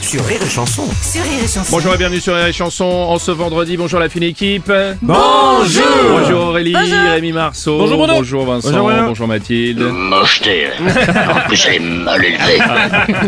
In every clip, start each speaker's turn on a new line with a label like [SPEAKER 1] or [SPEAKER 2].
[SPEAKER 1] sur Rire et Chanson.
[SPEAKER 2] Bonjour et bienvenue sur les chansons en ce vendredi. Bonjour la fine équipe.
[SPEAKER 3] Bonjour
[SPEAKER 2] Bonjour Aurélie, Rémi Marceau.
[SPEAKER 3] Bonjour Bruno.
[SPEAKER 2] Bonjour Vincent.
[SPEAKER 3] Bonjour Bruno.
[SPEAKER 2] Mathilde.
[SPEAKER 4] Mocheté. En plus, elle est mal élevée.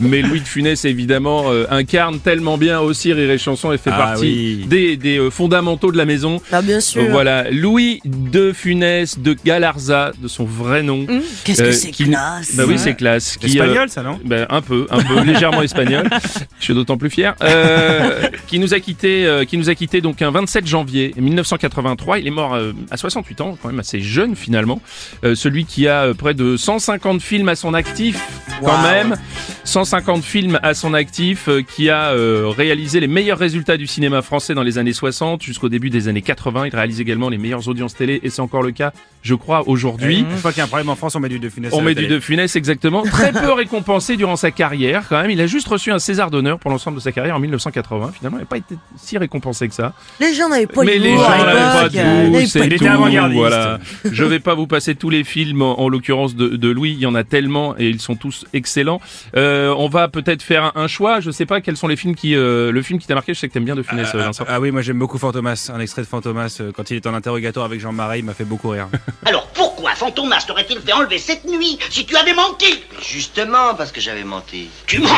[SPEAKER 2] Mais Louis de Funès évidemment euh, incarne tellement bien aussi Rire et Chanson et fait partie
[SPEAKER 3] Ah oui.
[SPEAKER 2] des, des, euh, fondamentaux de la maison.
[SPEAKER 5] Ah bien sûr.
[SPEAKER 2] Euh, Voilà, Louis de Funès de Galarza, de son vrai nom.
[SPEAKER 5] Qu'est-ce
[SPEAKER 2] Euh,
[SPEAKER 5] que c'est
[SPEAKER 2] qui-
[SPEAKER 5] classe
[SPEAKER 2] Bah oui, c'est classe. Qui, euh,
[SPEAKER 3] Espagnol, ça, non
[SPEAKER 2] Ben, un peu, un peu légèrement espagnol. Je suis d'autant plus fier. Euh, qui nous a quitté, euh, qui nous a quitté donc un 27 janvier 1983. Il est mort euh, à 68 ans, quand même assez jeune finalement. Euh, celui qui a euh, près de 150 films à son actif, quand
[SPEAKER 5] Wow.
[SPEAKER 2] même. 150 films à son actif, euh, qui a euh, réalisé les meilleurs résultats du cinéma français dans les années 60 jusqu'au début des années 80. Il réalise également les meilleures audiences télé, et c'est encore le cas, je crois, aujourd'hui.
[SPEAKER 3] Je crois qu'il y a un problème en France, on met du De Funès. euh,
[SPEAKER 2] On met du De Funès, exactement. Très peu récompensé durant sa carrière, quand même. Il a juste reçu un César d'honneur pour l'ensemble de sa carrière en 1980. Finalement, il n'a pas été si récompensé que ça.
[SPEAKER 5] Les gens n'avaient pas
[SPEAKER 2] Mais
[SPEAKER 5] de
[SPEAKER 2] les
[SPEAKER 5] goût
[SPEAKER 2] gens
[SPEAKER 5] à
[SPEAKER 2] l'avaient pas
[SPEAKER 5] l'époque, euh,
[SPEAKER 2] de
[SPEAKER 5] n'avaient
[SPEAKER 2] goût,
[SPEAKER 5] pas
[SPEAKER 2] c'est
[SPEAKER 3] Il était
[SPEAKER 2] tout,
[SPEAKER 3] avant-gardiste.
[SPEAKER 2] Voilà. Je vais pas vous passer tous les films, en, en l'occurrence de, de Louis. Il y en a tellement et ils sont tous excellents. Euh, on va peut-être faire un, un choix. Je sais pas quels sont les films qui, euh, le film qui t'a marqué. Je sais que t'aimes bien De Funès, euh, Vincent.
[SPEAKER 3] Ah oui, moi j'aime beaucoup Fantomas. Un extrait de Fantomas, euh, quand il est en interrogatoire avec Jean Marais, il m'a fait beaucoup rire.
[SPEAKER 6] Alors pourquoi Fantomas t'aurait-il fait enlever cette nuit si tu avais menti
[SPEAKER 4] Justement, parce que j'avais menti.
[SPEAKER 6] Tu mens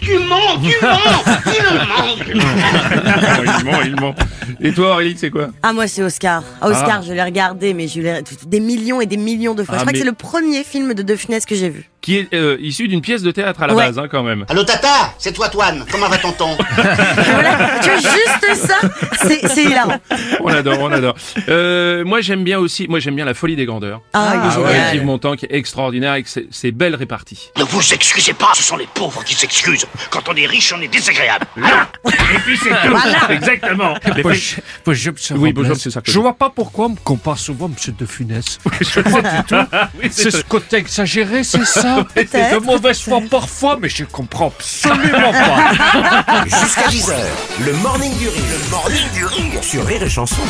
[SPEAKER 6] Tu mens Tu mens Tu le mens tu mens.
[SPEAKER 2] il ment, il ment. Et toi, Aurélie, c'est quoi?
[SPEAKER 5] Ah moi c'est Oscar. Ah, Oscar, je l'ai regardé mais je l'ai des millions et des millions de fois.
[SPEAKER 2] Ah,
[SPEAKER 5] je crois que
[SPEAKER 2] mais-
[SPEAKER 5] c'est le premier film de De Funès que j'ai vu.
[SPEAKER 2] Qui est euh, issu d'une pièce de théâtre à la
[SPEAKER 5] Ouais.
[SPEAKER 2] base, hein, quand même.
[SPEAKER 6] Allô Tata C'est toi Toine Comment va tonton
[SPEAKER 5] voilà, tu vois, juste ça, c'est c'est hilarant. Ah,
[SPEAKER 2] On adore, on adore. Euh, moi, j'aime bien aussi, moi, j'aime bien la folie des grandeurs.
[SPEAKER 5] Ah, il est
[SPEAKER 2] Ah ouais.
[SPEAKER 5] génial.
[SPEAKER 2] Yves Montand qui est extraordinaire avec ses, ses belles réparties.
[SPEAKER 6] Ne vous excusez pas, ce sont les pauvres qui s'excusent. Quand on est riche, on est désagréable. Alors
[SPEAKER 2] Et puis c'est tout. Exactement. Oui, bonjour, c'est Sarkozy.
[SPEAKER 7] Je vois pas pourquoi on me compare souvent Monsieur de Funès. Je crois du tout. C'est ce côté exagéré, c'est ça C'est de
[SPEAKER 5] Peut-être,
[SPEAKER 7] mauvaise foi parfois, mais je comprends absolument pas.
[SPEAKER 1] Jusqu'à 10h, le Morning du Rire, le Morning du Rire sur Rire et Chanson.